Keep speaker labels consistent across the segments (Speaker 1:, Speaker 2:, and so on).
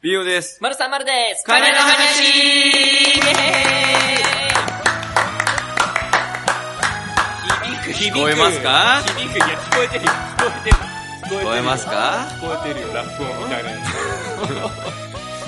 Speaker 1: ビオです。
Speaker 2: まるさんまるです。
Speaker 1: 金の
Speaker 2: 話
Speaker 1: 聞こえますか
Speaker 3: 響く、いや、聞こえてるよ、聞こえてる。聞
Speaker 1: 聞こえますか
Speaker 3: 聞こえてるよ、ラップ音みたいなや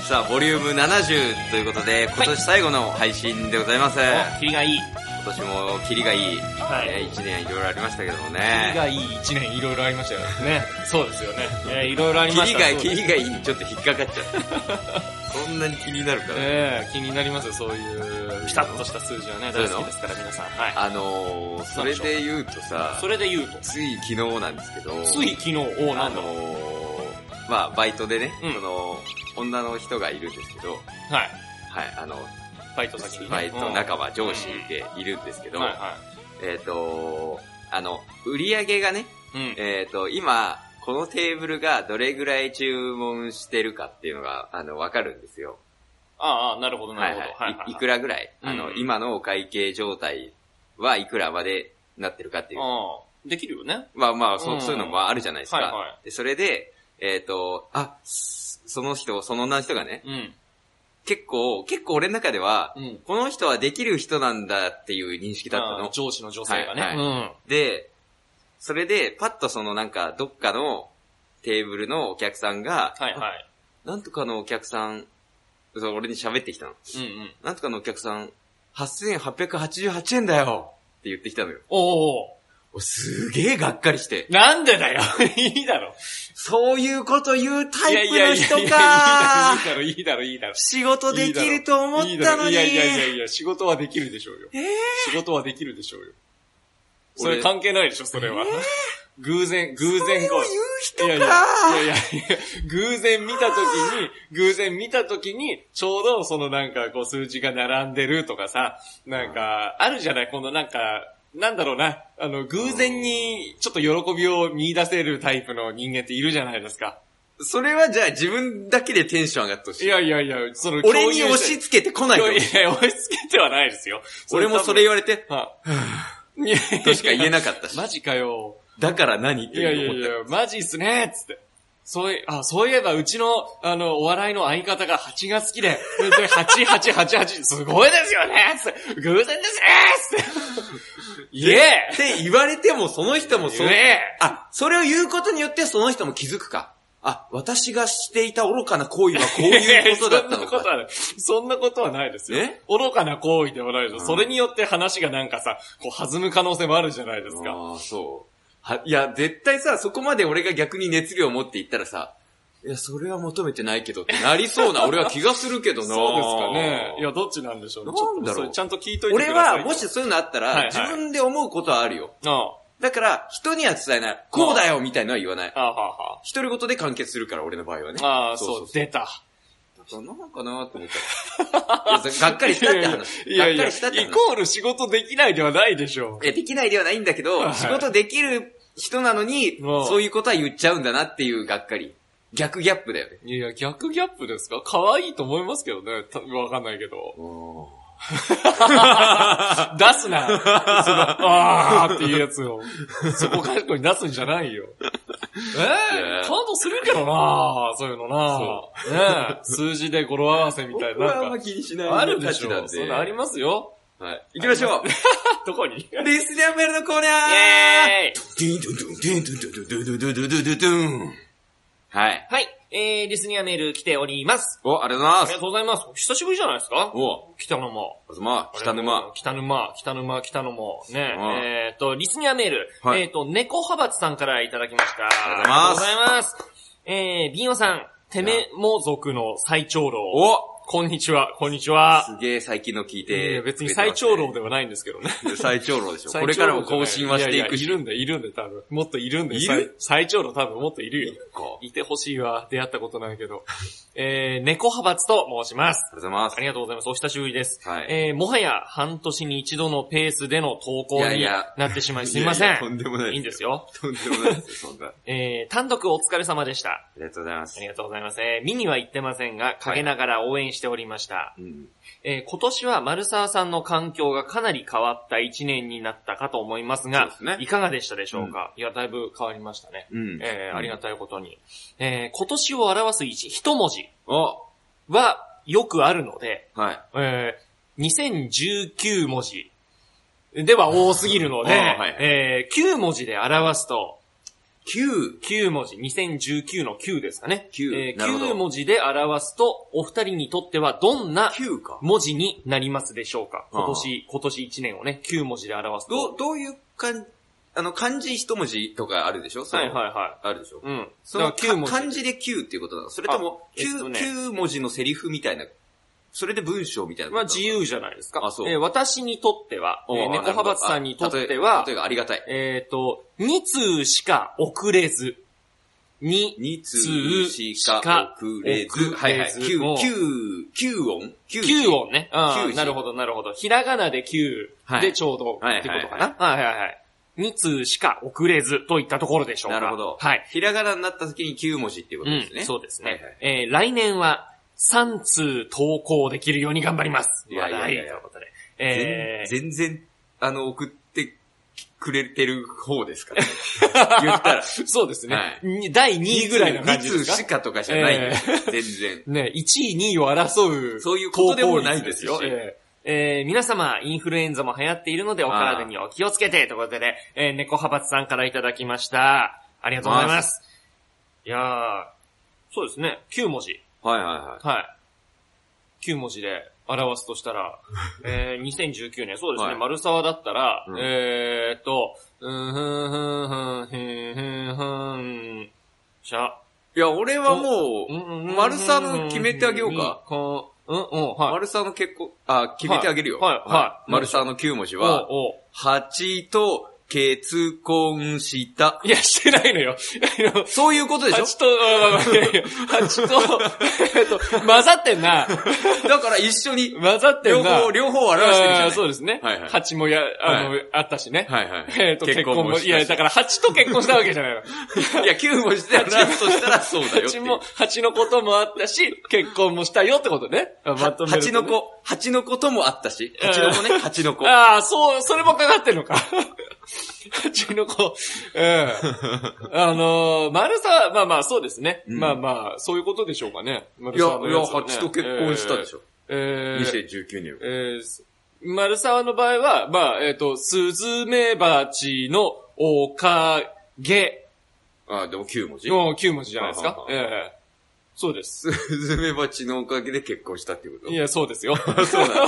Speaker 1: さあ、ボリューム70ということで、今年最後の配信でございます。
Speaker 3: つ。お、キリがいい。
Speaker 1: 今年もキリがいい、
Speaker 3: はい
Speaker 1: ね一年いろいろありましたけども
Speaker 4: 気
Speaker 1: ね。
Speaker 4: がいい一年いろいろありましたよ。
Speaker 3: ね、そうですよね。えー、いろいろあり
Speaker 1: キ
Speaker 3: ま
Speaker 1: リ
Speaker 3: した。
Speaker 1: がいい、
Speaker 3: そう
Speaker 1: キ
Speaker 3: です
Speaker 1: リがいいにちょっと引っかかっちゃ った。そんなに気になるから。
Speaker 3: えー、気になりますよ、そういう、ピタッとした数字はね、
Speaker 1: そうい
Speaker 3: 大
Speaker 1: うの
Speaker 3: 好きですから、皆さん。はい。
Speaker 1: あのー、それで言うとさ、
Speaker 3: それで言うと、
Speaker 1: つい昨日なんですけど、
Speaker 3: つい昨日、おな
Speaker 1: あ
Speaker 3: んだろう。
Speaker 1: のー、まあ、バイトでね、
Speaker 3: うん
Speaker 1: その、女の人がいるんですけど、
Speaker 3: はい。
Speaker 1: はい、あの、
Speaker 3: バイト先にね。
Speaker 1: バイト仲間、上司
Speaker 3: うん
Speaker 1: でいるんですけど、
Speaker 3: はいは
Speaker 1: えっ、と、あの、売り上げがね、
Speaker 3: い。うん。
Speaker 1: えっ、と、今、このテーブルがどれぐらい注文してるかっていうのが、あの、わかるんですよ。
Speaker 3: ああ、なるほど、な
Speaker 1: はい
Speaker 3: るほ
Speaker 1: は
Speaker 3: ど
Speaker 1: い。。
Speaker 3: はいはい
Speaker 1: いいくらぐらい、あ
Speaker 3: う
Speaker 1: の、
Speaker 3: ん
Speaker 1: 今のお会計状態はいくらまでなってるかっていう。
Speaker 3: ああ、できるよね。
Speaker 1: まあまあ、そううんそういうのもあるじゃないですか。
Speaker 3: はいは
Speaker 1: でそれで、えっ、と、あ、すその人、その女の人がね、
Speaker 3: うん。
Speaker 1: 結構、結構俺の中では、
Speaker 3: うん
Speaker 1: この人はできる人なんだっていう認識だった
Speaker 3: あ
Speaker 1: の
Speaker 3: あ。上司の女性がね。
Speaker 1: はいはい
Speaker 3: うん。
Speaker 1: で、それで、パッとそのなんか、どっかのテーブルのお客さんが、
Speaker 3: はいはい。
Speaker 1: なんとかのお客さん、そう俺に喋ってきたの。
Speaker 3: うんうん。
Speaker 1: なんとかのお客さん、8888円だよって言ってきたのよ。
Speaker 3: おお
Speaker 1: おすげえがっかりして。
Speaker 3: なんでだよ いいだろ
Speaker 1: そういうこと言うタイプ
Speaker 3: いやいや
Speaker 1: の
Speaker 3: いや
Speaker 1: 人
Speaker 3: い
Speaker 1: か
Speaker 3: やいいだろ、いいだろ、いいだろ。
Speaker 1: 仕事できると思っ
Speaker 3: いいだ
Speaker 1: たの
Speaker 3: ろ
Speaker 1: に
Speaker 3: いやいやいやいや、仕事はできるでしょうよ。仕事はできるでしょうよ。そ
Speaker 1: 俺
Speaker 3: れ関係ないでしょ、それは。偶然、偶然こ
Speaker 1: そう
Speaker 3: い
Speaker 1: い
Speaker 3: や
Speaker 1: う
Speaker 3: い
Speaker 1: 人
Speaker 3: や、い
Speaker 1: か
Speaker 3: やいやいや、偶然見たときに、偶然見たときに、ちょうどそのなんかこう数字が並んでるとかさ、なんか、あるじゃない、このなんか、なんだろうな、あの、偶然にちょっと喜びを見出せるタイプの人間っているじゃないですか。
Speaker 1: それはじゃあ自分だけでテンション上がってほし
Speaker 3: い
Speaker 1: い。
Speaker 3: やいやいや、その、
Speaker 1: 俺に押し
Speaker 3: 付
Speaker 1: 付けてこない
Speaker 3: け
Speaker 1: よ
Speaker 3: ない。。いやいや、 押し付けてはないですよ。
Speaker 1: 俺もそれ
Speaker 3: よ。
Speaker 1: 言われて、
Speaker 3: はい。
Speaker 1: としか言えなか ったし。
Speaker 3: マジかよ。
Speaker 1: だから何って
Speaker 3: いやい
Speaker 1: いう
Speaker 3: や
Speaker 1: の
Speaker 3: い
Speaker 1: 思っ
Speaker 3: や、マジっすねつって。そうい、あ、そういえば、うちの、あの、お笑いの相方が蜂が好きで、で、蜂、蜂、蜂、蜂、すごいですよねつって、偶然ですねつって。イエ
Speaker 1: た。って言われてもその人も
Speaker 3: ー
Speaker 1: そ
Speaker 3: 言
Speaker 1: う。
Speaker 3: え
Speaker 1: あ、それを言うことによってその人も気づくか。あ、私がしていた愚かな行為はこういうことだったの
Speaker 3: そんなこと
Speaker 1: か。
Speaker 3: はない。そんなことはないですよ
Speaker 1: え。
Speaker 3: 愚かな行為ではないですよ。
Speaker 1: うん
Speaker 3: それによって話がなんかさ、こう弾む可能性もあるじゃないですか。
Speaker 1: ああ、そう。はいや、絶対さ、そこまで俺が逆に熱量を持って言ったらさ、いや、それは求めてないけどってなりそうな俺は気がするけどな。
Speaker 3: そうですかね。いや、どっちなんでしょうね。
Speaker 1: なんだろう
Speaker 3: ちょっとそれちゃんと聞いといてくださ
Speaker 1: 俺は、
Speaker 3: い。
Speaker 1: もし、そういうのあった
Speaker 3: はいは
Speaker 1: ら、
Speaker 3: い
Speaker 1: 自分で思うことはあるよ。
Speaker 3: ああ、
Speaker 1: だから、人には伝えない。こうだよみたいのは言わない。
Speaker 3: ああ、はあ、はあ。
Speaker 1: 一人ごとで完結するから、俺の場合はね。
Speaker 3: ああ、そう
Speaker 1: そう
Speaker 3: 出た。
Speaker 1: なんかなと思ったら。 いやがっかりしたって話。
Speaker 3: いやい
Speaker 1: がっか
Speaker 3: や、
Speaker 1: りしたって話。
Speaker 3: イコール仕事できないではないでしょ
Speaker 1: いや、できないではないんだけど、
Speaker 3: はい
Speaker 1: 仕事できる人なのに、
Speaker 3: うん
Speaker 1: そういうことは言っちゃうんだなっていうがっかり。逆ギャップだよね。
Speaker 3: う。いや、逆ギャップですか可愛いと思いますけどね。たわかんないけど。 出す なそのあーっていうやつを。そこかしこに出すんじゃない よ。え
Speaker 1: や
Speaker 3: ー、感動するけどなそういうの
Speaker 1: そ
Speaker 3: なねえ数字で語呂合わせみたいな。なんか
Speaker 1: 気にし
Speaker 3: あるでし
Speaker 1: な
Speaker 3: ょ。そんなありますよ。
Speaker 1: はい。行きましょ
Speaker 3: どこに
Speaker 1: う。レスリアンベルのコーナー
Speaker 2: えー
Speaker 1: ドゥンドゥンドゥンドゥンドゥンドゥンドゥンドゥンドゥンドゥンドゥンドゥンドゥンはい。
Speaker 2: はい。えー、リスニアメール来ております。
Speaker 1: お、ありがとうござい
Speaker 2: あ
Speaker 1: ま
Speaker 2: り
Speaker 1: す
Speaker 2: が。とうございます。久しぶりじゃないですか
Speaker 1: お、お
Speaker 2: 北野も。
Speaker 1: はようございます。北沼。
Speaker 2: 北沼、北沼、北野も。ね
Speaker 1: うん。
Speaker 2: えっと、リスニアメール。
Speaker 1: はい
Speaker 2: えっと、猫派閥さんからいただきました。
Speaker 1: りがとうござ
Speaker 2: ありがとうございます。えー、ビンオさん、てめも族の最長老。
Speaker 1: お
Speaker 3: こんにちは、こんにちは。
Speaker 1: すげえ最近の聞い
Speaker 3: いやい
Speaker 1: て
Speaker 3: や。別に最長老ではないんですけどね。
Speaker 1: 最長老でし ょ。これからも更新はしていく
Speaker 3: や
Speaker 1: し。
Speaker 3: やいるんだよ、いるんだよ、多分。もっといるんだよ。
Speaker 1: いる
Speaker 3: 最最長老多分もっといるよ。
Speaker 1: かあり
Speaker 3: いてほしいわ。出会ったことないけど。えー、猫派閥と申します。
Speaker 1: がとうございます
Speaker 3: あ。りがとうございます。お久しぶりです。
Speaker 1: はい
Speaker 3: えー、もはや半年に一度のペースでの投
Speaker 1: い
Speaker 3: 稿
Speaker 1: やい
Speaker 3: に
Speaker 1: や
Speaker 3: なってしまい、すいません。
Speaker 1: ややとんでもない
Speaker 3: いいんですよ。
Speaker 1: とんでもないですよ、そんな。あ
Speaker 3: えー、単独お疲れ様でした。
Speaker 1: りがとうございます
Speaker 2: あり。がとうございます。えー、見には行ってませんが、陰ながら応援しておりました。
Speaker 1: うん。
Speaker 2: えー、今年は丸沢さんの環境がかなり変わった一年になったかと思いますが
Speaker 1: そうです、ね
Speaker 2: いかがでしたでしょうかいや、だいぶ変わりましたね。
Speaker 1: うん。
Speaker 2: えーありがたいことに。えー今年を表す一一文字。
Speaker 1: お
Speaker 3: はよくあるので、
Speaker 1: はい。
Speaker 3: えー、2019文字では多すぎるので、
Speaker 1: あーはい
Speaker 3: えー、9文字で表すと、
Speaker 1: 9。
Speaker 3: 9文字、2019の9ですかね。
Speaker 1: 9
Speaker 3: えー
Speaker 1: なるほど
Speaker 3: 9文字で表すと、お二人にとってはどんな
Speaker 1: 9か。
Speaker 3: 文字になりますでしょうか
Speaker 1: あー
Speaker 3: 今年、今年1年をね、9文字で表すと。
Speaker 1: どう、どういう感じ、あの、漢字一文字とかあるでしょその
Speaker 3: はいはいは
Speaker 1: あるでしょ
Speaker 3: い。うん。
Speaker 1: その
Speaker 3: だから9文字。
Speaker 1: 漢字で9っていうことなのそれとも
Speaker 3: あえっと
Speaker 1: 9、
Speaker 3: ね
Speaker 1: 9文字のセリフみたいな、それで文章みたいなこと
Speaker 3: まあ
Speaker 1: なの
Speaker 3: 自由じゃないですか。
Speaker 1: あそう
Speaker 3: えー私にとっては、え
Speaker 1: お
Speaker 3: ー
Speaker 1: ー
Speaker 3: 猫派閥さんにとって
Speaker 1: あ
Speaker 3: は
Speaker 1: 例え、ばありがたい。
Speaker 3: えっ、と、2通しか送れず、に、
Speaker 1: 二通しか遅れ
Speaker 3: 遅れ
Speaker 1: ず。
Speaker 3: ず
Speaker 1: はいはい。九
Speaker 3: もう
Speaker 1: 九九音九字
Speaker 3: 9音ね。あ
Speaker 1: 九
Speaker 3: あ、
Speaker 1: 字
Speaker 3: なるほど、なるほど。ひらがなで
Speaker 1: は
Speaker 3: 9
Speaker 1: い
Speaker 3: でちょうどってことかな。はいはいはい。2通しか送れずといったところでしょうか。
Speaker 1: なるほど。
Speaker 3: はい。。
Speaker 1: ひらがなになった時に9文字っていうことですね。
Speaker 3: うん、そうです
Speaker 1: はい
Speaker 3: ね
Speaker 1: はい。
Speaker 3: えー来年は3通投稿できるように頑張ります。
Speaker 1: いやいやいや
Speaker 3: はいということで。
Speaker 1: 全
Speaker 3: えー、
Speaker 1: 全然、あの、送ってくれてる方ですから、ね。言ったら。
Speaker 3: そうですね。
Speaker 1: はい
Speaker 3: に第2位ぐ らいの感じです
Speaker 1: 二
Speaker 3: か
Speaker 1: 通しかとかじゃないんです、全然。
Speaker 3: ね、1位、2位を争う。
Speaker 1: そういうことでもないですよ
Speaker 3: 投稿率ですしえーえー皆様、インフルエンザも流行っているので、お体にお気をつけて、ということでね、えー猫派閥さんからいただきました。ありがとうございます。いやー、そうですね、9文字。
Speaker 1: はいはいは
Speaker 3: はい。9文字で表すとしたら、 えー、2019年、そうですね、
Speaker 1: はい
Speaker 3: 丸沢だったら、
Speaker 1: うん
Speaker 3: えーっと、うーん、ふん、ふん、ふん、ふん、ふん、しゃ、
Speaker 1: い。いや、俺はもう、
Speaker 3: 丸
Speaker 1: 丸さの決めてあげようか。
Speaker 3: うん、うん、はい。
Speaker 1: 丸さの結構、あ、決めてあげるよ。
Speaker 3: はいはいはい
Speaker 1: 丸さの9文字は、
Speaker 3: おうおう
Speaker 1: 蜂と結婚した。
Speaker 3: いや、してないのよ。あの、
Speaker 1: そういうことでし
Speaker 3: 蜂と、うんいやいや蜂と、 えっと、混ざってんな。
Speaker 1: ょだから一緒に、
Speaker 3: 混ざって
Speaker 1: 両
Speaker 3: んな。
Speaker 1: 方、両方表してるじゃ
Speaker 3: あ
Speaker 1: な
Speaker 3: ー
Speaker 1: い
Speaker 3: そうですね
Speaker 1: はいはい。
Speaker 3: 蜂もや、あの、あったしね。
Speaker 1: はいはい。。
Speaker 3: えっと、結婚も。いや、だからら蜂と結婚したわけじゃ ないの。
Speaker 1: いや、9文字で表すとしたらそうだよってい
Speaker 3: 蜂
Speaker 1: う。
Speaker 3: も、蜂のこともあったし、結婚もしたよってことね。あまとめると
Speaker 1: 蜂
Speaker 3: ね
Speaker 1: の子、蜂の子ともあったし、蜂の子ね、蜂の子。
Speaker 3: ああ、そう、それもかかってるの か。蜂の子。うん。あのー、丸さ、まあまあ、そうですね。
Speaker 1: うん
Speaker 3: まあまあ、そういうことでしょうかね。丸
Speaker 1: いや、い
Speaker 3: 沢の
Speaker 1: や、
Speaker 3: つはね
Speaker 1: 蜂と結婚したでしょ。
Speaker 3: えーえー
Speaker 1: 2019年は。
Speaker 3: えーす丸沢の場合は、まあ、えっ、と、スズメバチのおかげ
Speaker 1: あ、でも9文字。
Speaker 3: の9文字じゃないですか
Speaker 1: は。は
Speaker 3: ええそうです。
Speaker 1: スズメバチのおかげで結婚したっていうこと
Speaker 3: いや、そ うですよ。
Speaker 1: そうなん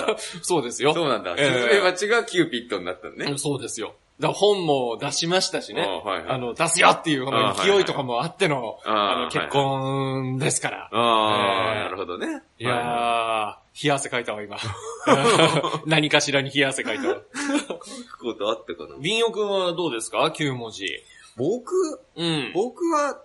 Speaker 1: だ。
Speaker 3: そうですよ。
Speaker 1: そうなんだ。ス
Speaker 3: えー
Speaker 1: ズメバチがキューピッドになったの
Speaker 3: う
Speaker 1: ね。
Speaker 3: んそうですよ。だから本も出しましたしね。
Speaker 1: あはいはい
Speaker 3: あの、出すよっていうこの
Speaker 1: あはいはい
Speaker 3: 勢いとかもあっての、
Speaker 1: あ
Speaker 3: あの、
Speaker 1: はい
Speaker 3: 結婚ですから。
Speaker 1: あ
Speaker 3: えー
Speaker 1: あ、なるほどね。
Speaker 3: いやー、冷や汗かいたわ、 今。何かしらに冷や汗かいたわ。
Speaker 1: 聞くことあったかな
Speaker 3: ビンオ君はどうですか ?9 文字。
Speaker 1: 僕、
Speaker 3: うん。
Speaker 1: 僕は、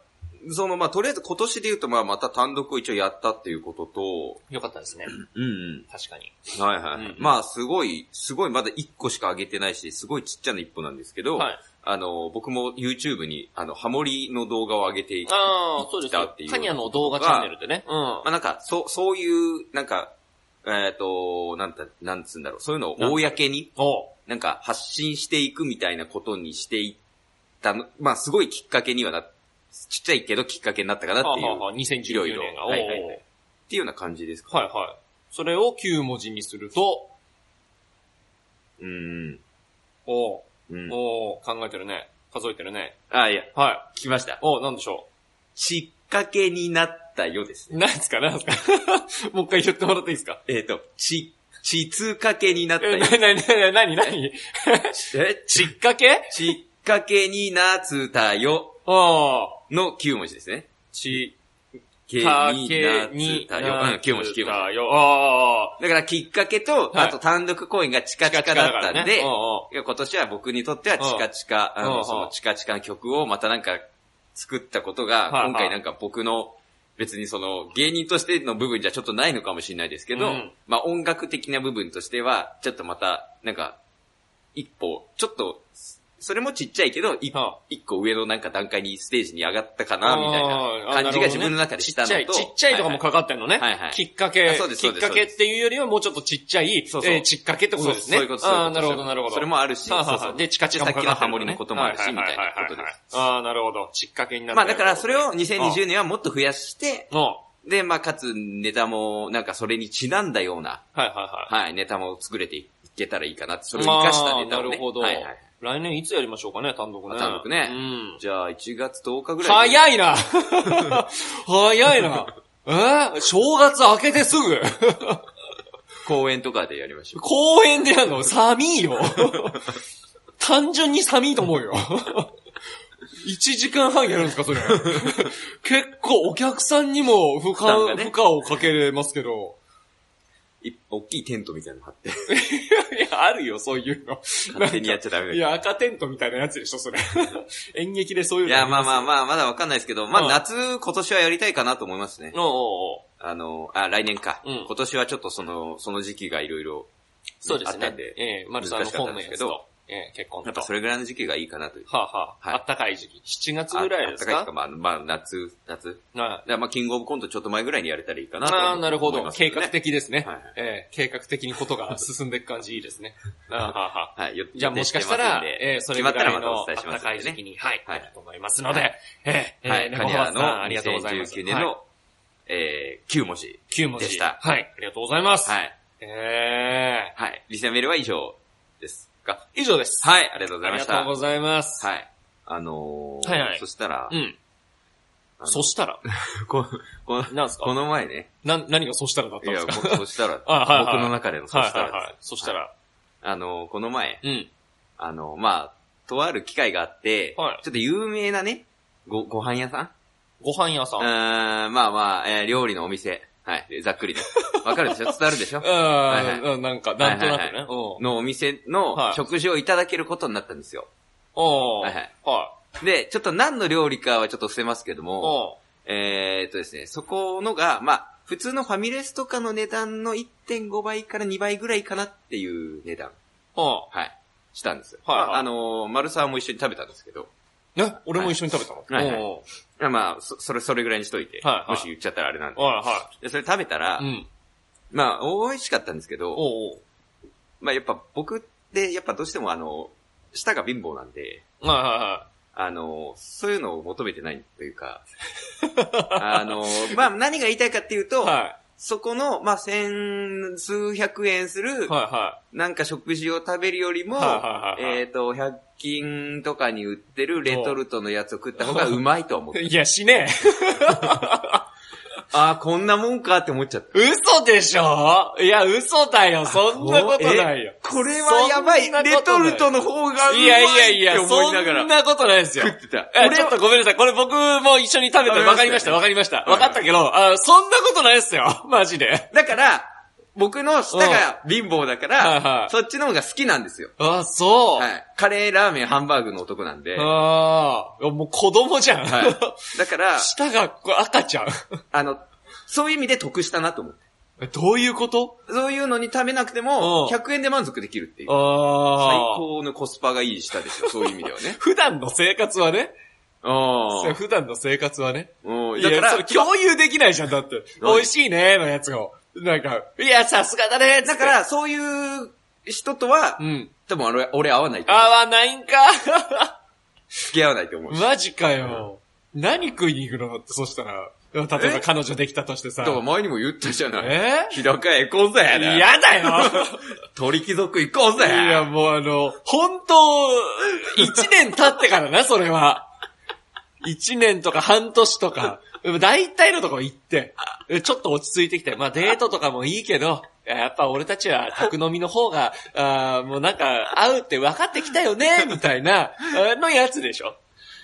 Speaker 1: その、まあ、とりあえず今年で言うと、まあ、また単独を一応やったっていうことと、
Speaker 3: よかったですね。
Speaker 1: うん、
Speaker 3: 確かに。
Speaker 1: うん。はいはい。
Speaker 3: うん
Speaker 1: まあ、すごい、すごい、まだ1個しか上げてないし、すごいちっちゃな一歩なんですけど、
Speaker 3: はい
Speaker 1: あの、僕も YouTube に、あの、ハモリの動画を上げていま
Speaker 3: あー、そうです
Speaker 1: 行
Speaker 3: よ
Speaker 1: ったっていう。
Speaker 3: カニアの動画チャンネルでね。うん。
Speaker 1: あ、なんか、そう、そういう、なんか、えっ、と、なんた、なんつうんだろう、そういうのを公に、
Speaker 3: お
Speaker 1: なんか発信していくみたいなことにしていったの、まあすごいきっかけにはな、ちっちゃいけどきっかけになったかなっていう、
Speaker 3: はあはあ
Speaker 1: いろい
Speaker 3: 2019
Speaker 1: ろ
Speaker 3: 年が。おー
Speaker 1: はいはいはいっていうような感じですか。
Speaker 3: はいはい。それを9文字にすると、
Speaker 1: うん。
Speaker 3: おー
Speaker 1: うん。
Speaker 3: おー考えてるね。数えてるね。
Speaker 1: あ、いや、
Speaker 3: は
Speaker 1: 聞きまし
Speaker 3: い
Speaker 1: た。。
Speaker 3: おーなんでしょ
Speaker 1: きっかけになったよですね。
Speaker 3: う。なんですかなんですか もう一回言ってもらっていいですか
Speaker 1: えっ、と、ち、ちつかけになった
Speaker 3: え、
Speaker 1: よ。
Speaker 3: な、な、な、なに、なに
Speaker 1: え
Speaker 3: ちっかけ
Speaker 1: ちっかけになったよ
Speaker 3: ああ。
Speaker 1: の9文字ですね。
Speaker 3: ち
Speaker 1: け
Speaker 3: っ
Speaker 1: に
Speaker 3: か
Speaker 1: な
Speaker 3: けに
Speaker 1: つたよ。うん、9文字、9文字。
Speaker 3: 字。ああ。
Speaker 1: だからきっかけと、
Speaker 3: は
Speaker 1: あ
Speaker 3: い
Speaker 1: と単独公演がチカチカだったんで、
Speaker 3: うんうん
Speaker 1: いや今年は僕にとってはチカチカ、
Speaker 3: うん
Speaker 1: あ
Speaker 3: うん
Speaker 1: の、そのチカチカの曲をまたなんか作ったことが、
Speaker 3: はいはい
Speaker 1: 今回なんか僕の、別にその芸人としての部分じゃちょっとないのかもしれないですけど、
Speaker 3: うん
Speaker 1: まあ音楽的な部分としては、ちょっとまた、なんか、一歩、ちょっと、それもちっちゃいけど、一
Speaker 3: は
Speaker 1: 一個上のなんか段階にステージに上がったかな、みたいな感じが自分の中でしたのと。
Speaker 3: ちっちゃい、ちっちゃいとかもかかってんのね。
Speaker 1: はいはい
Speaker 3: きっかけ
Speaker 1: あそう、です
Speaker 3: き
Speaker 1: そ
Speaker 3: っ
Speaker 1: うです
Speaker 3: かけっていうよりはもうちょっとちっちゃい、
Speaker 1: そうそう
Speaker 3: えーちっかけってことですね。
Speaker 1: そうそういうこと
Speaker 3: ああ、
Speaker 1: そう
Speaker 3: なる
Speaker 1: いうこと
Speaker 3: ほど、なるほど。
Speaker 1: それもあるし
Speaker 3: はあはあ
Speaker 1: そうそう
Speaker 3: で、チカチカもかかって
Speaker 1: さ
Speaker 3: る、
Speaker 1: っきのハモリのこともあるしみたいなことです
Speaker 3: ああ、なるほど。ちっかけになった
Speaker 1: まあだからそれを
Speaker 3: うん
Speaker 1: 2020年はもっと増やして、
Speaker 3: お
Speaker 1: で、まあ、かつネタも、なんかそれにちなんだような、
Speaker 3: はいはいは
Speaker 1: はい、ネタも作れていけたらいいかなって、そ
Speaker 3: い。
Speaker 1: れを活かしたネタ
Speaker 3: まあ
Speaker 1: を、ね。
Speaker 3: なるほど、
Speaker 1: はいはい。
Speaker 3: 来年いつやりましょうかね、単独ね。
Speaker 1: 単独ね
Speaker 3: うん。
Speaker 1: じゃあ、1月10日ぐらいに。
Speaker 3: 早 いな早いなえー正月明けてすぐ
Speaker 1: 公演とかでやりましょう。
Speaker 3: 公園でやるの寒いよ単純に寒いと思うよ。1時間半やるんですか、それ。結構お客さんにも負
Speaker 1: 負担が
Speaker 3: 荷、
Speaker 1: ね
Speaker 3: 負荷をかけれますけど。
Speaker 1: い大きいテントみたいなの張 って、
Speaker 3: いや、あるよ、そういうの。
Speaker 1: 勝手にやっちゃダメだ
Speaker 3: い
Speaker 1: けど。
Speaker 3: や、赤テントみたいなやつでしょ、それ。演劇でそういう
Speaker 1: い
Speaker 3: の。
Speaker 1: や、まあまあ
Speaker 3: あ。
Speaker 1: まあ、まだわかんないですけど、ま
Speaker 3: う
Speaker 1: あ
Speaker 3: ん
Speaker 1: 夏、今年はやりたいかなと思いますね。
Speaker 3: おうおうおう
Speaker 1: あの、あ、来年か。
Speaker 3: うん
Speaker 1: 今年はちょっとその、その時期がいろいろ、
Speaker 3: そうです
Speaker 1: あ
Speaker 3: ね
Speaker 1: ったんで。
Speaker 3: ええ、丸さんの
Speaker 1: 難しかった
Speaker 3: 本
Speaker 1: ん
Speaker 3: の
Speaker 1: です
Speaker 3: や
Speaker 1: け
Speaker 3: つ
Speaker 1: ど
Speaker 3: と。ええ、結婚
Speaker 1: やっ
Speaker 3: と。
Speaker 1: ぱ
Speaker 3: は
Speaker 1: それぐらいの時期がいいかなという。
Speaker 3: あは
Speaker 1: はい
Speaker 3: あ、あったかい時期。7月ぐらいです
Speaker 1: ああったかい
Speaker 3: か
Speaker 1: か、まあ、まあ、夏、夏。だか
Speaker 3: あ
Speaker 1: らまあ、キングオブコントちょっと前ぐらいにやれたらいいかなと思い
Speaker 3: あ
Speaker 1: ま
Speaker 3: あ、
Speaker 1: す。
Speaker 3: なるほど。計画
Speaker 1: ね。
Speaker 3: 的ですね
Speaker 1: はいはい。
Speaker 3: ええ、計画的にことが進んでいく感じいい ですね。ああはあはあ
Speaker 1: はい。よ
Speaker 3: じゃあもしかした
Speaker 1: 予定てます
Speaker 3: ら、
Speaker 1: んで
Speaker 3: えー、そ
Speaker 1: 決
Speaker 3: れぐ
Speaker 1: まった
Speaker 3: ら
Speaker 1: ら
Speaker 3: い
Speaker 1: また
Speaker 3: の
Speaker 1: お伝えし
Speaker 3: 暖
Speaker 1: ます
Speaker 3: かい
Speaker 1: んで
Speaker 3: 時期
Speaker 1: ね。
Speaker 2: に、はい。
Speaker 1: はい
Speaker 2: なると思いますので、えー、
Speaker 1: は
Speaker 2: え
Speaker 1: い。
Speaker 2: ー、
Speaker 1: カ
Speaker 2: 猫
Speaker 1: ニ
Speaker 2: 幅
Speaker 1: ア
Speaker 2: さん、
Speaker 1: の
Speaker 2: ありがとうございます。
Speaker 1: 2019年
Speaker 2: はい
Speaker 1: の、えー、9文字。
Speaker 2: 9文字
Speaker 1: でした
Speaker 2: はい。ありがとうございます。
Speaker 1: はい。
Speaker 2: え
Speaker 1: はい。リセメールは以上ですか。
Speaker 2: ー、以上です。
Speaker 1: はい。ありがとうござい
Speaker 2: あ
Speaker 1: ま
Speaker 2: りが
Speaker 1: し
Speaker 2: と
Speaker 1: た。
Speaker 2: うございます。
Speaker 1: はい。あのー、
Speaker 2: はいはい
Speaker 1: そしたら、
Speaker 2: うん。
Speaker 1: あの
Speaker 3: そしたら、
Speaker 1: ここ
Speaker 3: なんすか
Speaker 1: この前ね、
Speaker 3: な、何がそしたらだっ
Speaker 1: い
Speaker 3: たんで
Speaker 1: や、
Speaker 3: す
Speaker 1: こ
Speaker 3: か
Speaker 1: そしたら、
Speaker 3: あはいはい
Speaker 1: 僕の中でのそ
Speaker 3: はい
Speaker 1: した
Speaker 3: はい
Speaker 1: ら
Speaker 3: は
Speaker 1: で
Speaker 3: い。そしたら、
Speaker 1: す、あのー、この前、
Speaker 3: うん。
Speaker 1: あの、まあ、とある機会があって、
Speaker 3: はい
Speaker 1: ちょっと有名なね、ご、ご飯屋さん
Speaker 3: ご飯屋さ。
Speaker 1: うんー
Speaker 3: うん
Speaker 1: ん、まあまあ、えー料理のお店。はい、ざっ くりで。わかるでしょ伝わるでしょいは
Speaker 3: うん、なんか、なんとなく
Speaker 1: はいはい
Speaker 3: ね。
Speaker 1: は
Speaker 3: うん。
Speaker 1: のお店
Speaker 3: は
Speaker 1: の
Speaker 3: い
Speaker 1: 食事をいただけることになったんですよ。
Speaker 3: お
Speaker 1: はい
Speaker 3: ー
Speaker 1: はい。
Speaker 3: は
Speaker 1: で、ちょっと何の料理かはちょっと伏せますけど
Speaker 3: い。
Speaker 1: も、
Speaker 3: お
Speaker 1: えーっとですね、そこのが、まあ、普通のファミレスとかの値段の1.5倍から2倍ぐらいかなっていう値段、
Speaker 3: ーお
Speaker 1: はい、したんですよ。
Speaker 3: はいはい
Speaker 1: まあ、あのー、丸沢も一緒に食べたんですけど、
Speaker 3: ーね、俺も一緒に食べたの。
Speaker 1: はいはい
Speaker 3: おー
Speaker 1: あまあ、そ、それ、それぐらいにしといて、
Speaker 3: はいはい
Speaker 1: もし言っちゃったらあれなんで。
Speaker 3: は
Speaker 1: で、それ食べたら、
Speaker 3: いはい。うん。
Speaker 1: まあ、美味しかったんですけど、
Speaker 3: おー
Speaker 1: まあ、やっぱ僕って、やっぱどうしてもあの、舌が貧乏なんで、
Speaker 3: おーはいはいは
Speaker 1: あの、そういうのを求めてないという か、あの、まあ、何が言いたいかっていうと、
Speaker 3: い。は
Speaker 1: そこの、まあ、千、数百円する
Speaker 3: い。、はいは
Speaker 1: なんか食事を食べるよりも、
Speaker 3: はいはいはいはい
Speaker 1: えっ、と、100均とかに売ってるレトルトのやつを食った方がうまいと思っ
Speaker 3: い。
Speaker 1: て。
Speaker 3: いや、しね
Speaker 1: ああ、こんなもんかって思っちゃった。
Speaker 3: え。嘘でしょいや、嘘だよ。そんなことないよ。
Speaker 1: これはやばい
Speaker 3: そんなことない
Speaker 1: レトルトの方がうま
Speaker 3: いやいや
Speaker 1: い
Speaker 3: い
Speaker 1: って
Speaker 3: や、
Speaker 1: 思
Speaker 3: そ
Speaker 1: いながら
Speaker 3: んなことないですよ。
Speaker 1: 食ってた。
Speaker 3: え
Speaker 1: 俺
Speaker 3: ちょっとごめんなさい。これ僕も一緒に食べた。わ
Speaker 1: わか
Speaker 3: か
Speaker 1: り
Speaker 3: り
Speaker 1: ま
Speaker 3: ま
Speaker 1: し
Speaker 3: したた、
Speaker 1: よね
Speaker 3: わかりました。
Speaker 1: い
Speaker 3: わかったけど、あそんなことないっすよ。マジで。
Speaker 1: だから、僕の舌が貧乏だか
Speaker 3: はいは
Speaker 1: ら、
Speaker 3: い
Speaker 1: そっちの方が好きなんですよ。
Speaker 3: あ、そう。
Speaker 1: はい。カレー、ラーメン、ハンバーグの男なんで。は
Speaker 3: ああ、もう子供じゃん。
Speaker 1: い。だから、
Speaker 3: 舌がこれ赤ちゃん。
Speaker 1: あの、そういう意味で得したなと思って。
Speaker 3: え どういうこと
Speaker 1: そういうのに食べなくても、
Speaker 3: うん
Speaker 1: 100円で満足できるっていう。最
Speaker 3: ああ。。
Speaker 1: 高のコスパがいい舌ですよ、そういう意味ではね
Speaker 3: 普段の生活はね。
Speaker 1: あ
Speaker 3: 普段の生活はね。
Speaker 1: あ。
Speaker 3: い
Speaker 1: だか
Speaker 3: や、
Speaker 1: ら
Speaker 3: それ、共有できないじゃん、だって。
Speaker 1: 何
Speaker 3: 美味しいね、のやつを。なんか、いや、さすがだね、
Speaker 1: だか、ら、そういう人とは
Speaker 3: う、ん。
Speaker 1: 多分俺、俺合わないと
Speaker 3: 合
Speaker 1: 思う。
Speaker 3: わないんか。
Speaker 1: 付き合わないと思うし。
Speaker 3: マジかよ。何食いに行くのって、そしたら。例え
Speaker 1: え
Speaker 3: ば彼女できたとしてさ
Speaker 1: だ。から前にも言ったじゃない。
Speaker 3: え
Speaker 1: 日高屋行こうぜ。
Speaker 3: ー嫌だよ
Speaker 1: 鳥貴族行こうぜ
Speaker 3: いや、もうあの、本当一年経ってからな、 それは。一年とか半年とか、でも大体のとこ行って、ちょっと落ち着いてきて、まあデートとかもいいけど、やっぱ俺たちは宅飲みの方が、あーもうなんか合うって分かってきたよね、 みたいな、あのやつでしょ。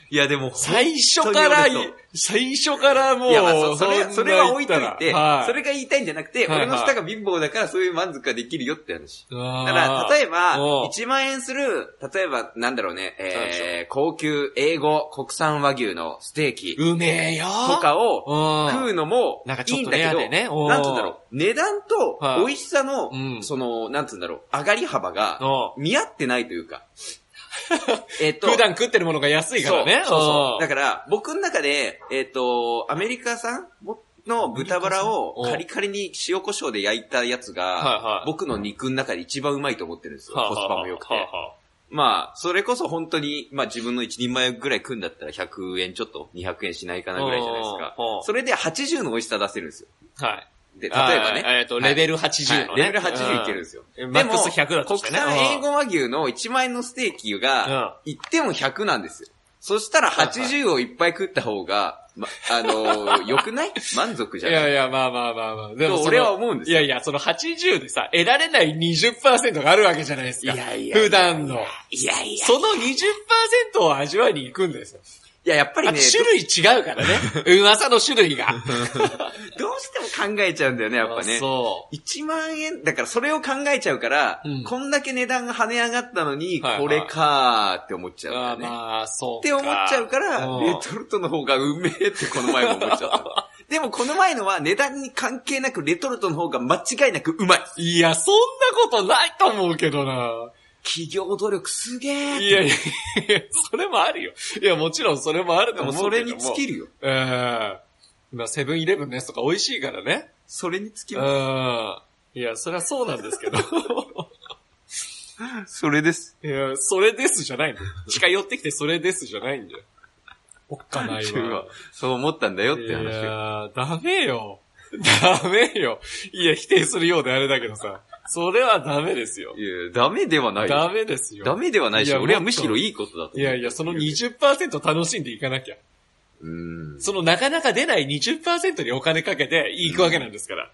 Speaker 1: いや、でも、
Speaker 3: 最初から
Speaker 1: 本当
Speaker 3: い
Speaker 1: に俺と、
Speaker 3: 最初からもう、
Speaker 1: いや、まあ、そそれは、
Speaker 3: んな
Speaker 1: それは置いといて、
Speaker 3: 言ったらはい
Speaker 1: それが言いたいんじゃなくて、
Speaker 3: はいは
Speaker 1: 俺
Speaker 3: い
Speaker 1: の舌が貧乏だからそういう満足ができるよって話。だ
Speaker 3: だ
Speaker 1: から、例えば、
Speaker 3: おう
Speaker 1: 1万円する、例えば、なんだろうね、
Speaker 3: なんでし
Speaker 1: えー、高級英語国産和牛のステーキ
Speaker 3: うめえよ
Speaker 1: とかを食
Speaker 3: 食
Speaker 1: うのも
Speaker 3: なんか、ち
Speaker 1: い
Speaker 3: ょ
Speaker 1: い
Speaker 3: っ
Speaker 1: ん
Speaker 3: と
Speaker 1: だけ
Speaker 3: レア
Speaker 1: ど、
Speaker 3: でねおう
Speaker 1: なんつうんだろう、値段と
Speaker 3: はい
Speaker 1: 美味しさの
Speaker 3: う、ん
Speaker 1: その、なんつうんだろう、上がり幅が
Speaker 3: の、
Speaker 1: 見合ってないという か、えっと、
Speaker 3: 普段食ってるものが安いから
Speaker 1: そ
Speaker 3: ね。
Speaker 1: うそうそうう。
Speaker 3: ん
Speaker 1: だから、僕の中で、えっ、と、アメリカ産の豚バラを
Speaker 3: ア
Speaker 1: カ
Speaker 3: メ
Speaker 1: リカリに塩胡椒で焼いたやつ
Speaker 3: はいは
Speaker 1: が
Speaker 3: い、
Speaker 1: 僕の肉の中で一番うまいと思ってるんですよ。
Speaker 3: はあ
Speaker 1: コスパも良くて
Speaker 3: は。あは
Speaker 1: まあ、それこそ本当に、まあ自分の一人前ぐらい組んだったら100円ちょっと、200円しないかなぐらいじゃないですか
Speaker 3: おーおー。
Speaker 1: それで80の美味しさ出せるんですよ。
Speaker 3: はい。
Speaker 1: で、例え
Speaker 3: あー
Speaker 1: ばね。
Speaker 3: えっと、
Speaker 1: はい
Speaker 3: レベル80の
Speaker 1: はい
Speaker 3: ね。
Speaker 1: レベル80いけるんですよ。
Speaker 3: うん。マ
Speaker 1: で
Speaker 3: ック
Speaker 1: も
Speaker 3: ス100だと
Speaker 1: 国
Speaker 3: してね。
Speaker 1: 産英語和牛の1万円のステーキが、いっても100なんですよ。そしたら80をいっぱい食った方が、ま、あ のー、良くない満足じ
Speaker 3: うん。
Speaker 1: ゃ
Speaker 3: い
Speaker 1: ない
Speaker 3: やいや、まあまあまあまあ。で
Speaker 1: と
Speaker 3: その
Speaker 1: 俺は思うんです
Speaker 3: い
Speaker 1: よ。
Speaker 3: やいや、その80でさ、得られない20%があるわけじゃないですか。
Speaker 1: いやいや
Speaker 3: 普段の。
Speaker 1: いやいや。
Speaker 3: その20%を味わいに行くんですよ。
Speaker 1: いや、やっぱり
Speaker 3: あと
Speaker 1: ね、
Speaker 3: 種類違う からね。うまさの種類が。
Speaker 1: どうしても考えちゃうんだよね、やっぱね。
Speaker 3: そ
Speaker 1: 1万円、だからそれを考えちゃうから、
Speaker 3: うん
Speaker 1: こんだけ値段が跳ね上がったのに、
Speaker 3: はいはい
Speaker 1: これかーって思っちゃ
Speaker 3: う。
Speaker 1: うんだ
Speaker 3: あ
Speaker 1: よ
Speaker 3: ー
Speaker 1: ね。
Speaker 3: まあ、そうか。
Speaker 1: って思っちゃうから
Speaker 3: う、ん
Speaker 1: レトルトの方がうめえってこの前も思っちゃった。 でもこの前のは値段に関係なくレトルトの方が間違いなくうまい。
Speaker 3: いや、そんなことないと思うけどな。
Speaker 1: 企業努力すげえ
Speaker 3: いやいや、それもあるよ。いや、もちろんそれもある
Speaker 1: で
Speaker 3: と思
Speaker 1: も
Speaker 3: うけど
Speaker 1: そ
Speaker 3: も。
Speaker 1: れに尽きるよ。
Speaker 3: うん。まあ、セブンイレブンのやつとか美味しいからね。
Speaker 1: それに尽き
Speaker 3: う
Speaker 1: る。
Speaker 3: ん。いや、それはそうなんですけど。
Speaker 1: それです。
Speaker 3: いや、それですじゃないんだよ。近寄ってきてそれですじゃないんだよ。おっかないわ。
Speaker 1: そう思ったんだよっ
Speaker 3: い
Speaker 1: て
Speaker 3: や
Speaker 1: 話よ。
Speaker 3: ー、ダメよ。ダメよ。いや、否定するようであれだけどさ。それはダメですよ。
Speaker 1: いや、ダメではないよ。
Speaker 3: ダメですよ。
Speaker 1: ダメではない
Speaker 3: い
Speaker 1: し、
Speaker 3: や
Speaker 1: 俺は
Speaker 3: も
Speaker 1: む
Speaker 3: っと
Speaker 1: しろいいことだと思う。
Speaker 3: いやいや、その20%楽しんでいかなきゃ。
Speaker 1: うん。
Speaker 3: そのなかなか出ない20%にお金かけていくわけなんですから。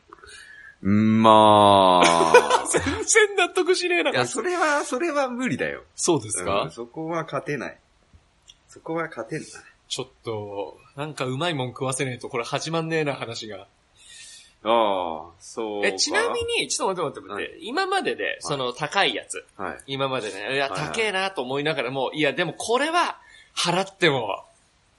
Speaker 1: うんまあ。。
Speaker 3: 全然納得しねえない
Speaker 1: や、それは、それは無理だよ。
Speaker 3: そうですか、
Speaker 1: うんそこは勝てない。そこは勝てない。
Speaker 3: ちょっと、なんかうまいもん食わせねえとこれ始まんねえな話が。
Speaker 1: ああ、そうか。
Speaker 2: え、ちなみに、ちょっと待って待って待って、今までで、その高いやつ、
Speaker 1: はい。
Speaker 3: 今までね、いや、
Speaker 1: はいはい
Speaker 3: 高えなと思いながらも、いや、でもこれは、払っても、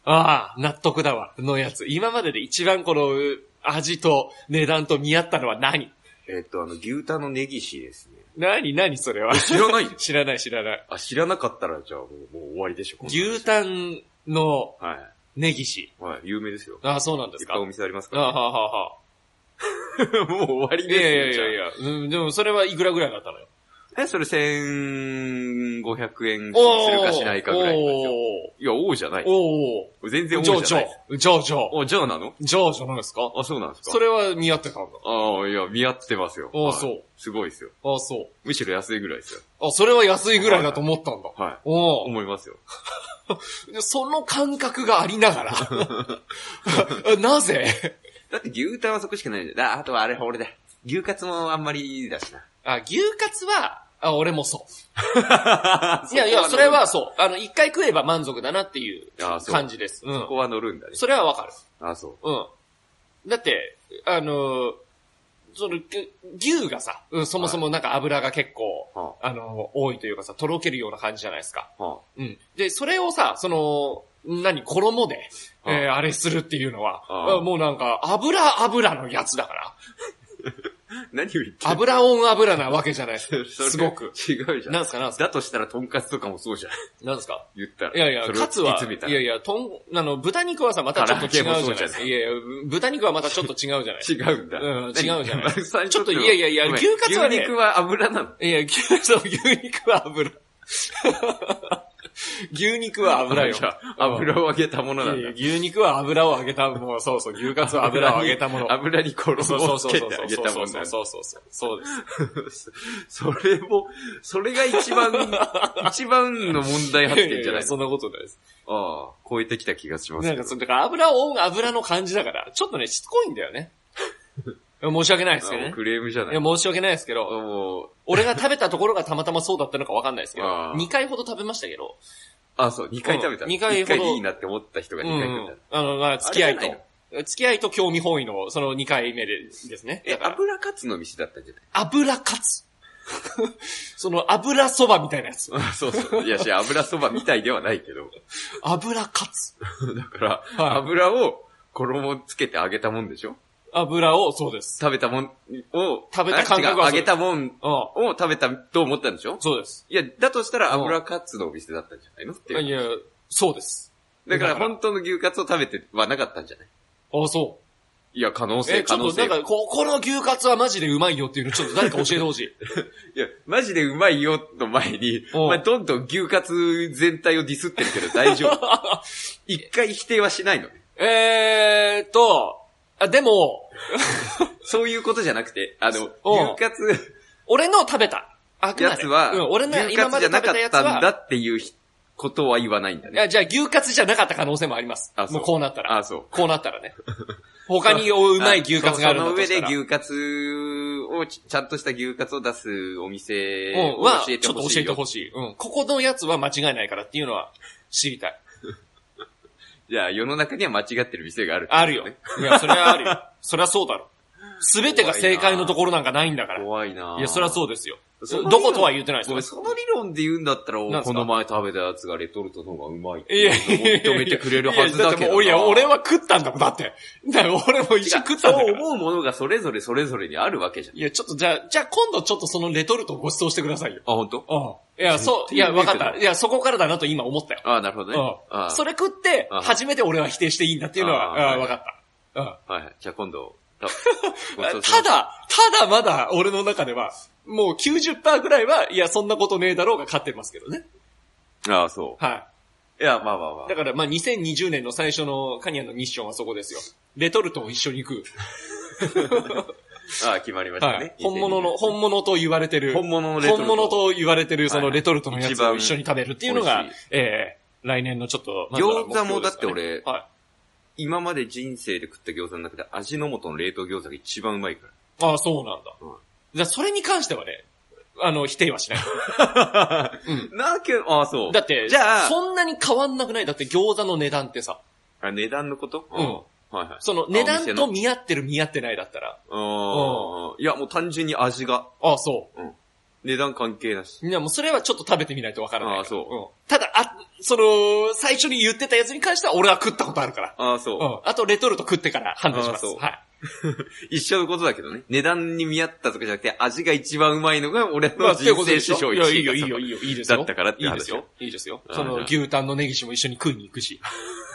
Speaker 3: ああ、納得だわ、のやつ。今までで一番この、う味と値段と見合ったのは何
Speaker 1: えっ、と、あの、牛タンのネギシですね。
Speaker 3: 何何 それは。
Speaker 1: 知らない
Speaker 3: 知らない知らない。
Speaker 1: あ、知らなかったら、じゃあもう、もう終わりでしょ。こんな話
Speaker 3: 牛タンの
Speaker 1: は
Speaker 3: ネギシ。
Speaker 1: い。はい、有名ですよ。
Speaker 3: ああ、そうなんで
Speaker 1: い
Speaker 3: す
Speaker 1: っ
Speaker 3: か
Speaker 1: ぱいお店あります
Speaker 3: あ
Speaker 1: から、
Speaker 3: あ、はあ、は あ、は
Speaker 1: もう終わり
Speaker 3: あ。いやいや
Speaker 1: で
Speaker 3: い
Speaker 1: すよ。
Speaker 3: やいや、うん、でもそれはいくらぐらいだったのよ。
Speaker 1: や。え、それ1500円するかしないかぐらいなんですよ。いや、王じゃない。
Speaker 3: おー
Speaker 1: 全然
Speaker 3: おー。
Speaker 1: 王
Speaker 3: ジョー
Speaker 1: じ
Speaker 3: ジ
Speaker 1: ゃ
Speaker 3: ョ
Speaker 1: ない。。
Speaker 3: ージョージョー。
Speaker 1: お、じゃあなの
Speaker 3: ジョージョーなんですか
Speaker 1: あ、そうなんですか
Speaker 3: それは見合ってたんだ。
Speaker 1: ああ、いや、見合ってますよ。
Speaker 3: お
Speaker 1: はい
Speaker 3: そう。
Speaker 1: すごいですよ。
Speaker 3: ああ、そう。
Speaker 1: むしろ安いぐらいですよ。
Speaker 3: あ、それは安いぐらいだと思ったんだ。
Speaker 1: はい。
Speaker 3: おお
Speaker 1: 思いますよ。
Speaker 3: その感覚がありながら。 なぜ
Speaker 1: だって牛タンはそこしかないじゃんだ。あとはあれ、俺だ。牛カツもあんまりだしな。
Speaker 3: あ、牛カツは、あ、俺も そう。いやい
Speaker 1: そこは
Speaker 3: や、
Speaker 1: ね
Speaker 3: それはそう。あの、一回食えば満足だなっていう
Speaker 1: あそう
Speaker 3: 感じです。う
Speaker 1: こ
Speaker 3: ん。
Speaker 1: こは乗るんだね。
Speaker 3: それはわかる。
Speaker 1: あ、そう。
Speaker 3: うん。だって、あのー、その、ぎ牛がさ、うん、そもそもなんか油が結構、
Speaker 1: は
Speaker 3: あのー、多いというかさ、とろけるような感じじゃないですか。
Speaker 1: あ、は
Speaker 3: うん。で、それをさ、その、何、衣で、
Speaker 1: うん
Speaker 3: えーあれするっていうのは、
Speaker 1: うん
Speaker 3: あもうなんか、油油のやつ だから。
Speaker 1: あ。何を言ってんの。
Speaker 3: 油オン油なわけじゃないですか
Speaker 1: それ
Speaker 3: すごく。
Speaker 1: 違うじゃん。
Speaker 3: なんすかなんすか
Speaker 1: だとしたら、とんかつとかもそうじゃん。
Speaker 3: なんすか
Speaker 1: 言ったら。
Speaker 3: いやいや、
Speaker 1: それを
Speaker 3: カツは
Speaker 1: 突き詰め、た
Speaker 3: い
Speaker 1: ら
Speaker 3: やいや、とん、あの、豚肉はさ、またちょっと違うじゃ
Speaker 1: 唐揚げもそ
Speaker 3: な
Speaker 1: う
Speaker 3: い
Speaker 1: じゃな
Speaker 3: です
Speaker 1: い
Speaker 3: か。いやいや、豚肉はまたちょっと違うじゃない
Speaker 1: 違うんだ。
Speaker 3: うん違うじゃない
Speaker 1: 何さんにっては
Speaker 3: ちょっといやいやいや
Speaker 1: ごめん
Speaker 3: 牛カツはね
Speaker 1: 牛肉は油なの。
Speaker 3: いや、牛、そう牛肉は油。牛肉は油よ
Speaker 1: じゃ。あ油を揚げたものなん
Speaker 3: いや
Speaker 1: だ
Speaker 3: い。や牛肉は油を揚げた、もうそうそう、牛カツは油を揚げたもの。
Speaker 1: 油に衣
Speaker 3: そうそ
Speaker 1: を
Speaker 3: う
Speaker 1: つ
Speaker 3: そう
Speaker 1: け
Speaker 3: そ
Speaker 1: て
Speaker 3: う。
Speaker 1: 揚げたものなんだ。
Speaker 3: そうそうそう。そうです。
Speaker 1: それも、それが一 番、一番の問題発言じゃない
Speaker 3: そ
Speaker 1: の
Speaker 3: んなことないです。
Speaker 1: ああ、超えてきた気がしますけ
Speaker 3: なん
Speaker 1: ど
Speaker 3: か、。そのだから油を追う油の感じだから、ちょっとね、しつこいんだよね。いや申し訳ないですけど
Speaker 1: ああ
Speaker 3: ね。
Speaker 1: クレームじゃない
Speaker 3: いや、。申し訳ないですけど、
Speaker 1: もう、
Speaker 3: 俺が食べたところがたまたまそうだったのかわかんないですけど、
Speaker 1: あー
Speaker 3: 2回ほど食べましたけど、
Speaker 1: あ、そう、2回食べた。
Speaker 3: うん二回
Speaker 1: 一回
Speaker 3: ほど
Speaker 1: いいなって思った人が
Speaker 3: う
Speaker 1: 2回食べた
Speaker 3: ん。あの、まあ、付き合い
Speaker 1: あれじゃない
Speaker 3: と、付き合いと興味本位の、その2回目でですね。
Speaker 1: え
Speaker 3: だ、から
Speaker 1: 油カツの店だったんじゃない
Speaker 3: 油カツ。 その油そばみたいなやつ。
Speaker 1: あそうそう。いや、し、油そばみたいではないけど。
Speaker 3: 油カツ。
Speaker 1: だから、
Speaker 3: はい
Speaker 1: 油を衣つけて揚げたもんでしょ
Speaker 3: 油を、そうです。
Speaker 1: 食べたもんを、
Speaker 3: 食べた感覚は
Speaker 1: あ違う
Speaker 3: そう
Speaker 1: 揚げたもん
Speaker 3: うん。
Speaker 1: を食べたと思ったんでしょ
Speaker 3: そうです。
Speaker 1: いや、だとしたら油カツのお店だったんじゃないのっていう
Speaker 3: いや、そうです。
Speaker 1: だから
Speaker 3: だから
Speaker 1: 本当の牛カツを食べてはなかったんじゃない
Speaker 3: あ、そ
Speaker 1: いや、可能性、
Speaker 3: え、ち
Speaker 1: 可
Speaker 3: ょ
Speaker 1: 能
Speaker 3: っとな
Speaker 1: 性。
Speaker 3: んか、こ、この牛カツはマジでうまいよっていうの、ちょっと誰か教えてほしい。
Speaker 1: いや、マジでうまいよ、の前に、
Speaker 3: おう
Speaker 1: お前どんどん牛カツ全体をディスってるけど 大丈夫。一回否定はしないの。
Speaker 3: えーっと、あ、でも、
Speaker 1: そういうことじゃなくて、あの、
Speaker 3: おう
Speaker 1: 牛カツ
Speaker 3: 俺の食べた。あくまで
Speaker 1: やつは、
Speaker 3: うん、俺の
Speaker 1: 牛
Speaker 3: 今
Speaker 1: カ
Speaker 3: ま
Speaker 1: ツ
Speaker 3: で
Speaker 1: じゃなか
Speaker 3: 食べた
Speaker 1: っ
Speaker 3: やつ
Speaker 1: たんだ
Speaker 3: は、
Speaker 1: っていうひことは言わないんだ
Speaker 3: い
Speaker 1: ね。
Speaker 3: や、じゃあ牛カツじゃなかった可能性もあります
Speaker 1: あ。そう
Speaker 3: もうこうなったら。
Speaker 1: あそう
Speaker 3: こうなったらね。他にうまい牛カツがある
Speaker 1: そ
Speaker 3: んだ
Speaker 1: の
Speaker 3: と
Speaker 1: 上
Speaker 3: した
Speaker 1: で
Speaker 3: ら。
Speaker 1: 牛カツをち、ちゃんとした牛カツを出すお店
Speaker 3: う
Speaker 1: を
Speaker 3: んは、
Speaker 1: 教えて
Speaker 3: ちょっと
Speaker 1: ほし
Speaker 3: 教え
Speaker 1: い
Speaker 3: て
Speaker 1: よ。
Speaker 3: ほしい。うん。ここのやつは間違いないからっていうのは知りたい。
Speaker 1: じゃあ世の中には間違ってる店があるってこと
Speaker 3: あ
Speaker 1: ね、
Speaker 3: るよ。いや、それはあるよ。 それはそうだろ。すべてが正解のところなんかないんだから。
Speaker 1: 怖いなぁ
Speaker 3: いや、それはそうですよ。
Speaker 1: そ
Speaker 3: ど
Speaker 1: の
Speaker 3: ことは言ってないです
Speaker 1: ご
Speaker 3: よ
Speaker 1: めん、。その理論で言うんだったら、
Speaker 3: なんす
Speaker 1: こ
Speaker 3: か
Speaker 1: の前食べたやつがレトルトの方がうまいって
Speaker 3: いやいやいやいや
Speaker 1: 認めてくれるはずだけどな。
Speaker 3: いや、だってもういや俺は食ったんだもん、だって。だから俺も一緒に食ったんだか
Speaker 1: そう
Speaker 3: ら。
Speaker 1: 思うものがそれぞれそれぞれにあるわけじゃん。
Speaker 3: いや、ちょっとじゃあ、じゃあ今度ちょっとそのレトルトをご馳走してくださいよ。
Speaker 1: あ、本当？
Speaker 3: うん。いや、そう、いや、わかった。いや、そこからだなと今思ったよ。
Speaker 1: あなるほどね。
Speaker 3: う
Speaker 1: あ
Speaker 3: ん。それ食って、
Speaker 1: あ
Speaker 3: 初めて俺は否定していいんだっていうの
Speaker 1: あ
Speaker 3: は、うんわかった。うん。
Speaker 1: はいはい。じゃあ今度、た ごちそうさまで
Speaker 3: た
Speaker 1: した
Speaker 3: だ、ただまだ俺の中では、もう90%ぐらいは、いや、そんなことねえだろうが勝ってますけどね。
Speaker 1: た、あそ
Speaker 3: は
Speaker 1: う。いや、まあまあま
Speaker 3: い。
Speaker 1: あ
Speaker 3: だ。から、まあ、2020年の最初のカニアのミッションはそこですよ。レトルトを一緒に食
Speaker 1: あ決まりまし
Speaker 3: う。
Speaker 1: た
Speaker 3: は
Speaker 1: ね
Speaker 3: い。。本物の、本物と言われてる。
Speaker 1: 本物のレトルト
Speaker 3: 本物と言われてる、そ
Speaker 1: はい
Speaker 3: の
Speaker 1: はい
Speaker 3: レトルトのや
Speaker 1: 一
Speaker 3: つを
Speaker 1: 番
Speaker 3: 一緒に食べるっていうのが
Speaker 1: 美味しい、
Speaker 3: えー、来年のちょっと、まずは
Speaker 1: 餃
Speaker 3: 目標
Speaker 1: 子も
Speaker 3: で
Speaker 1: だっ
Speaker 3: すか
Speaker 1: て
Speaker 3: ね、
Speaker 1: 俺、
Speaker 3: はい。
Speaker 1: 今まで人生で食った餃子の中で味の素の冷凍餃子が一番うまいから。
Speaker 3: ああ、そうなんだ。
Speaker 1: うん
Speaker 3: じゃあそれに関してはね、あの、否定はしない。
Speaker 1: なけああ、そう。
Speaker 3: だって、
Speaker 1: じゃあ
Speaker 3: そんなに変わんなくないだって餃子の値段ってさ、
Speaker 1: あ、値段のこと
Speaker 3: うん。
Speaker 1: はいはい。
Speaker 3: その値段と見合ってる見合ってないだったら、
Speaker 1: うん。いや、もう単純に味が、
Speaker 3: ああ、そ
Speaker 1: 値段関係なし。
Speaker 3: う。いや、もうそれはちょっと食べてみないとわからないから。。
Speaker 1: ああそうん
Speaker 3: ただ、あ、その、最初に言ってたやつに関しては俺は食ったことあるから。
Speaker 1: ああ、そうう。
Speaker 3: ん。あと、レトルト食ってから判断します。
Speaker 1: ああそう
Speaker 3: はい。
Speaker 1: 一緒のことだけどね。値段に見合ったとかじゃなくて、味が一番うまいのが俺
Speaker 3: ま
Speaker 1: の
Speaker 3: あ、
Speaker 1: 人生史
Speaker 3: い
Speaker 1: 上
Speaker 3: や、
Speaker 1: 一
Speaker 3: い
Speaker 1: 位だった
Speaker 3: いよ、いいよ、いいよ、いいですよ。
Speaker 1: だったからって
Speaker 3: いい
Speaker 1: 話
Speaker 3: ですよ。いいですよ。
Speaker 1: うん
Speaker 3: その、牛タンのネギシも一緒に食いに行 くし。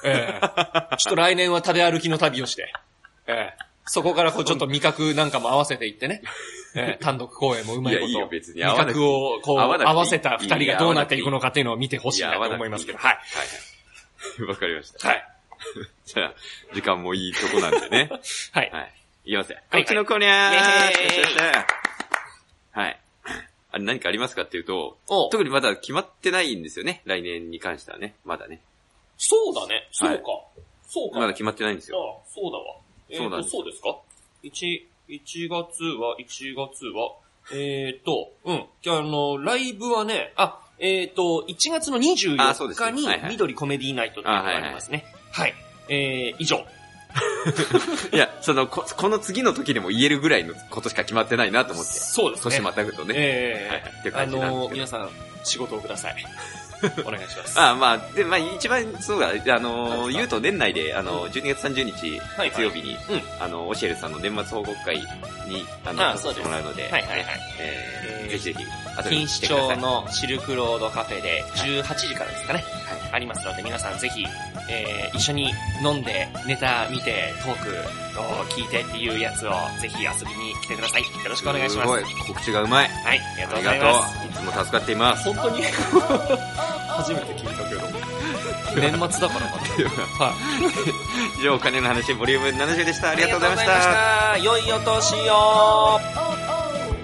Speaker 3: ええちょっと来年は食べ歩きの旅をして。ええそこからこう、ちょっと味覚なんかも合わせていってね。 ええ単独公演もうまいこと。
Speaker 1: いやいいよ別に合
Speaker 3: 味
Speaker 1: わなくてい
Speaker 3: 覚
Speaker 1: い
Speaker 3: を、こう、
Speaker 1: 合わなくていい
Speaker 3: 合わせた二人がどうなっていくのかっていうのを見てほしいなと思いますけど。はい。
Speaker 1: はい。 わかりました。
Speaker 3: はい。
Speaker 1: じゃあ、時間もいいとこなんで ね。
Speaker 3: はい。
Speaker 1: はい。いきますよ。
Speaker 2: は
Speaker 1: こ
Speaker 2: い
Speaker 1: っちのコーニャー
Speaker 2: イエーイ
Speaker 1: よしよしよしはい。あれ何かありますかっていうと、
Speaker 3: お
Speaker 1: 特にまだ決まってないんですよね。来年に関してはね。まだね。
Speaker 2: そうだね。そうか。
Speaker 1: はい
Speaker 2: そうか。
Speaker 1: まだ決まってないんですよ。
Speaker 2: ああそうだわ。え
Speaker 1: そ
Speaker 2: ー
Speaker 1: うなん
Speaker 2: と、
Speaker 1: です
Speaker 2: そうですか ?1、1月は、1月は、えっ、と、うん。じゃあ、あの、ライブはね、あ、えっ、と、1月の
Speaker 1: あそうで
Speaker 2: 24
Speaker 1: す
Speaker 2: 日に
Speaker 1: ねはいは、い
Speaker 2: 緑コメディーナイトっていうのがありますね。はいえー、以上。
Speaker 1: いや、そのこ、この次の時でも言えるぐらいのことしか決まってないなと思って。
Speaker 3: そうですね
Speaker 1: 年。またぐとね。
Speaker 3: え
Speaker 1: はい
Speaker 3: え
Speaker 1: っていう
Speaker 3: あ
Speaker 1: 感じなんです
Speaker 3: の、
Speaker 1: けど。
Speaker 3: 皆さん、仕事をく ださい。お願いします。
Speaker 1: ああまあ、で、まあ、一番、そうだ、あのー、言うと年内で、あのー、12月30日、
Speaker 2: はい
Speaker 1: 月曜日に、
Speaker 2: うん
Speaker 1: あの、オシエルさんの年末報告会に、あの、
Speaker 2: ああ
Speaker 1: 出させてもらうので、
Speaker 2: はいはいはい。
Speaker 1: え
Speaker 2: えー
Speaker 1: ー、ぜひぜひ、遊び
Speaker 2: 錦
Speaker 1: に来て
Speaker 2: 糸
Speaker 1: くださ
Speaker 2: 町
Speaker 1: い。
Speaker 2: のシルクロードカフェで18時からですかね、ありますので皆さんぜひ、えー一緒に飲んでネタ見てトークを聞いてっていうやつをぜひ遊びに来てくださいよろしくお願いします
Speaker 1: ごい、告知がうまい。
Speaker 2: はいありが
Speaker 1: あ
Speaker 2: とうご
Speaker 1: り
Speaker 2: ざい
Speaker 1: が
Speaker 2: ます
Speaker 1: とう。いつも助かっています。
Speaker 3: 本当に初めて聞い たけど。年末だからかな。
Speaker 1: 以上、お金の話、ボリューム70でした。あ
Speaker 2: あ
Speaker 1: りがとうございました。
Speaker 2: りがとうございました良いお年を